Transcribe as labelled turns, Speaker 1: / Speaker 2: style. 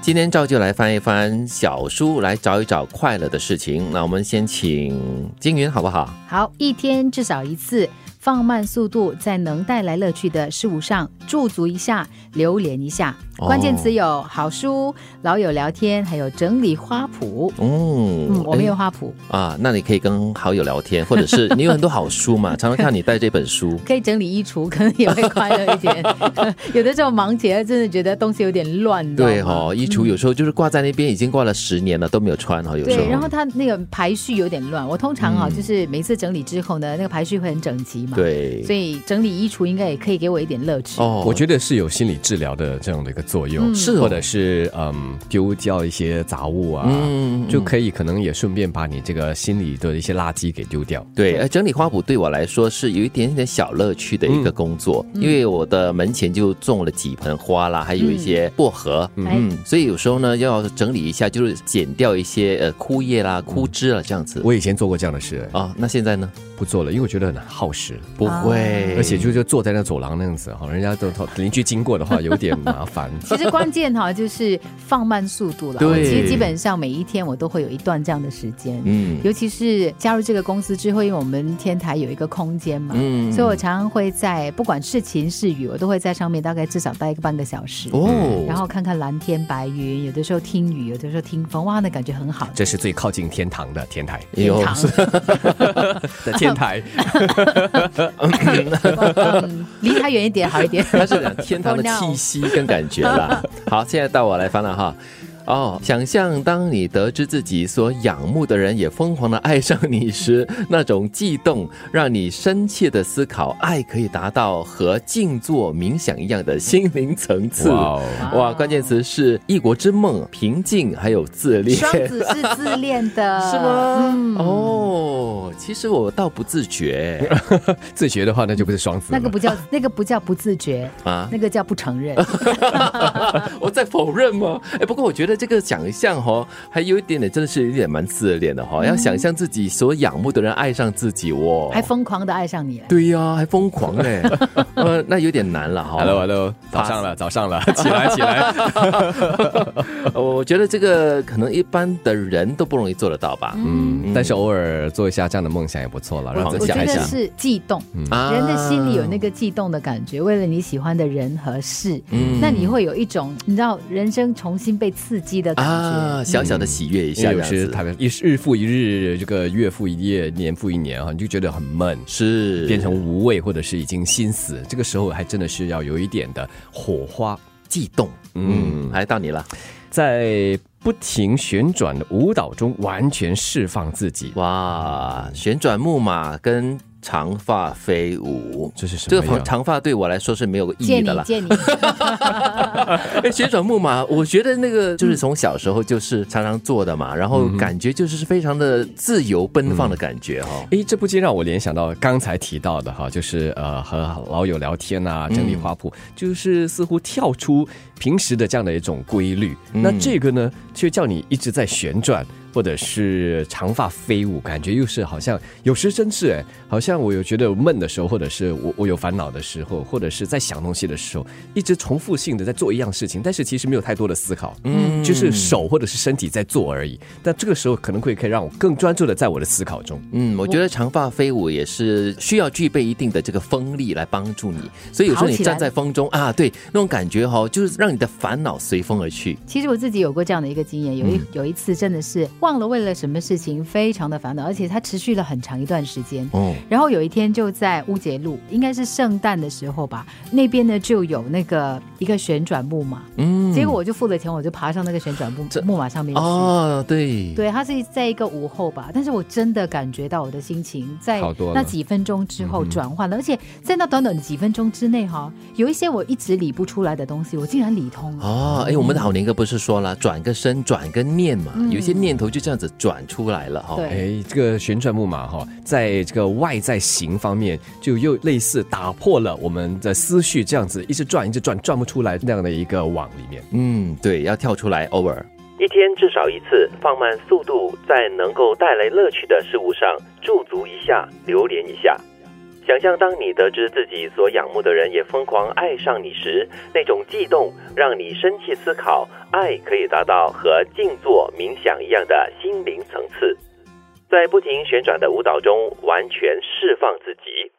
Speaker 1: 今天照旧来翻一翻小书，来找一找快乐的事情。那我们先请金云好不好？
Speaker 2: 好，一天至少一次，放慢速度，在能带来乐趣的事物上驻足一下，流连一下。
Speaker 1: 哦
Speaker 2: 关键词有好书、老友聊天，还有整理花圃。嗯
Speaker 1: 嗯，
Speaker 2: 我没有
Speaker 1: 哎
Speaker 2: 花圃，
Speaker 1: 啊，那你可以跟好友聊天，或者是你有很多好书嘛，常常看你带这本 书。
Speaker 2: 可以整理衣橱，可能也会快乐一 点。 有的时候忙起来，真的觉得东西有点乱，你知道
Speaker 1: 对
Speaker 2: 吗
Speaker 1: 哦，衣橱有时候就是挂在那边，已经挂了十年了都没有穿哦，有时候。
Speaker 2: 对，然后它那个排序有点乱。我通常啊，
Speaker 1: 嗯
Speaker 2: 就是每次整理之后呢，那个排序会很整齐嘛。，
Speaker 1: 对
Speaker 2: 所以整理衣橱应该也可以给我一点乐趣。
Speaker 1: 哦，
Speaker 3: 我觉得是有心理治疗的这样的一个作用，
Speaker 1: 是哦
Speaker 3: 或者是嗯丢掉一些杂物啊，
Speaker 1: 嗯嗯嗯
Speaker 3: 就可以可能也顺便把你这个心里的一些垃圾给丢掉。
Speaker 1: 对，呃，整理花圃对我来说是有一点点小乐趣的
Speaker 3: 嗯
Speaker 1: 一个工作，因为我的门前就种了几盆花啦，还有一些薄荷，嗯
Speaker 2: 哎
Speaker 1: 所以有时候呢要整理一下，就是剪掉一些呃枯叶啦、枯枝啊这样子。
Speaker 3: 我以前做过这样的事，
Speaker 1: 哦，啊那现在呢？
Speaker 3: 不做了，因为我觉得很耗时，
Speaker 1: 不会，
Speaker 3: 啊而且就就坐在那走廊那样子哦哈，人家都邻居经过的话有点麻烦。
Speaker 2: 其实关键哈、就是放慢速度了。
Speaker 1: 对
Speaker 2: 我其实基本上每一天我都会有一段这样的时间，
Speaker 1: 嗯
Speaker 2: 尤其是加入这个公司之后，因为我们天台有一个空间嘛，
Speaker 1: 嗯
Speaker 2: 所以我常常会在不管是晴是雨，我都会在上面大概至少待个半个小时。
Speaker 1: 哦，
Speaker 2: 然后看看蓝天白云，有的时候听雨，有的时候听风，哇，那感觉很好。
Speaker 3: 这是最靠近天堂的天台
Speaker 1: 哎呦
Speaker 2: 天堂
Speaker 3: 的天台，
Speaker 2: 嗯，离它远一点好 一点。
Speaker 1: 它是讲天堂的
Speaker 2: Oh, no.
Speaker 1: 气息跟感觉啦。好，现在到我来翻了哈。哦，想象当你得知自己所仰慕的人也疯狂的爱上你时，那种悸动让你深切的思考，爱可以达到和静坐冥想一样的心灵层次。
Speaker 3: 哇哦
Speaker 1: 哇，关键词是异国之梦、平静，还有自恋。
Speaker 2: 双子嗯是自恋的，
Speaker 1: 是吗？哦，其实我倒不自觉
Speaker 3: 自学的话那就不是双子
Speaker 2: 那
Speaker 3: 了。哦
Speaker 2: 个不叫那个不叫不自觉，
Speaker 1: 啊，
Speaker 2: 那个叫不承认。
Speaker 1: 哦我在否认吗？哎，不过我觉得这个想象哦，还有一点点，真的是有点蛮自恋的哈、要想象自己所仰慕的人爱上自己哦，
Speaker 2: 嗯还疯狂的爱上你了。
Speaker 1: 对呀、还疯狂 嘞，呃，那有点难了哈。
Speaker 3: Hello Hello，早上了，早上了，起来起来。
Speaker 1: 呃我觉得这个可能一般的人都不容易做得到吧。
Speaker 3: 嗯，但是偶尔做一下这样的梦想也不错了，让
Speaker 1: 我
Speaker 3: 自
Speaker 2: 我
Speaker 3: 己
Speaker 2: 觉
Speaker 1: 想一
Speaker 2: 得
Speaker 1: 想
Speaker 2: 是悸动，
Speaker 1: 啊
Speaker 2: 人的心里有那个悸动的感觉，为了你喜欢的人和事，
Speaker 1: 嗯
Speaker 2: 那你会有一种你知道人生重新被刺激的感觉。
Speaker 1: 啊，小小的喜悦一
Speaker 3: 因
Speaker 1: 下，这
Speaker 3: 为有
Speaker 1: 样
Speaker 3: 时
Speaker 1: 子
Speaker 3: 他们一日复一日，这个月复一月，年复一年啊哈，你就觉得很闷，
Speaker 1: 是
Speaker 3: 变成无味，或者是已经心死。这个时候还真的是要有一点的火花，
Speaker 1: 悸动。嗯，来到你了，
Speaker 3: 在不停旋转的舞蹈中完全释放自己。
Speaker 1: 哇，旋转木马跟长发飞舞。
Speaker 3: 这是什
Speaker 1: 这
Speaker 3: 么
Speaker 1: 个
Speaker 3: 呀？
Speaker 1: 长发对我来说是没有意
Speaker 2: 借
Speaker 1: 义
Speaker 2: 你
Speaker 1: 的啦，
Speaker 2: 借你，
Speaker 1: 哎，旋转木马，我觉得那个就是从小时候就是常常做的嘛，然后感觉就是非常的自由奔放的感觉哈、
Speaker 3: 诶，这不禁让我联想到刚才提到的哈，就是呃和老友聊天啊，整理花圃，就是似乎跳出平时的这样的一种规律。那这个呢，却叫你一直在旋转，或者是长发飞舞，感觉又是好像有时真是诶，好像我有觉得闷的时候，或者是我我有烦恼的时候，或者是在想东西的时候，一直重复性的在做一样事情，但是其实没有太多的思考，嗯，就是手或者是身体在做而已。但这个时候可能会可以让我更专注的在我的思考中。
Speaker 1: 嗯，我觉得长发飞舞也是需要具备一定的这个风力来帮助你，所以有时候你
Speaker 2: 跑起来
Speaker 1: 站在风中啊，对那种感觉哈、就是让你的烦恼随风而去。
Speaker 2: 其实我自己有过这样的一个经验，有一、有
Speaker 1: 嗯
Speaker 2: 一次真的是忘了为了什么事情非常的烦恼，而且它持续了很长一段时间。
Speaker 1: 哦，
Speaker 2: 然后有一天就在乌节路，应该是圣诞的时候吧，那边呢就有那个一个旋转木马，
Speaker 1: 嗯，
Speaker 2: 结果我就付了钱，我就爬上那个旋转木
Speaker 1: 这
Speaker 2: 木马上面去。
Speaker 1: 哦，
Speaker 3: 嗯
Speaker 1: 对，
Speaker 2: 对，它是在一个午后吧，但是我真的感觉到我的心情在
Speaker 3: 好多了嗯
Speaker 2: 那几分钟之后转换了，而且在那短短的几分钟之内哈，有一些我一直理不出来的东西，我竟然理通了。
Speaker 1: 哦，哎，我们的好年哥不是说了，转个身，转个念嘛，有一些念头就这样子转出来了哈、
Speaker 2: 对
Speaker 3: 哎，这个旋转木马哈、在这个外在形方面，就又类似打破了我们的思绪，这样子一直转，一直转，转不出来那样的一个网里面。
Speaker 1: 嗯，对，要跳出来，over。一天至少一次，放慢速度，在能够带来乐趣的事物上驻足一下，流连一下。
Speaker 4: 想象当你得知自己所仰慕的人也疯狂爱上你时，那种悸动让你深切思考，爱可以达到和静坐冥想一样的心灵层次，在不停旋转的舞蹈中完全释放自己。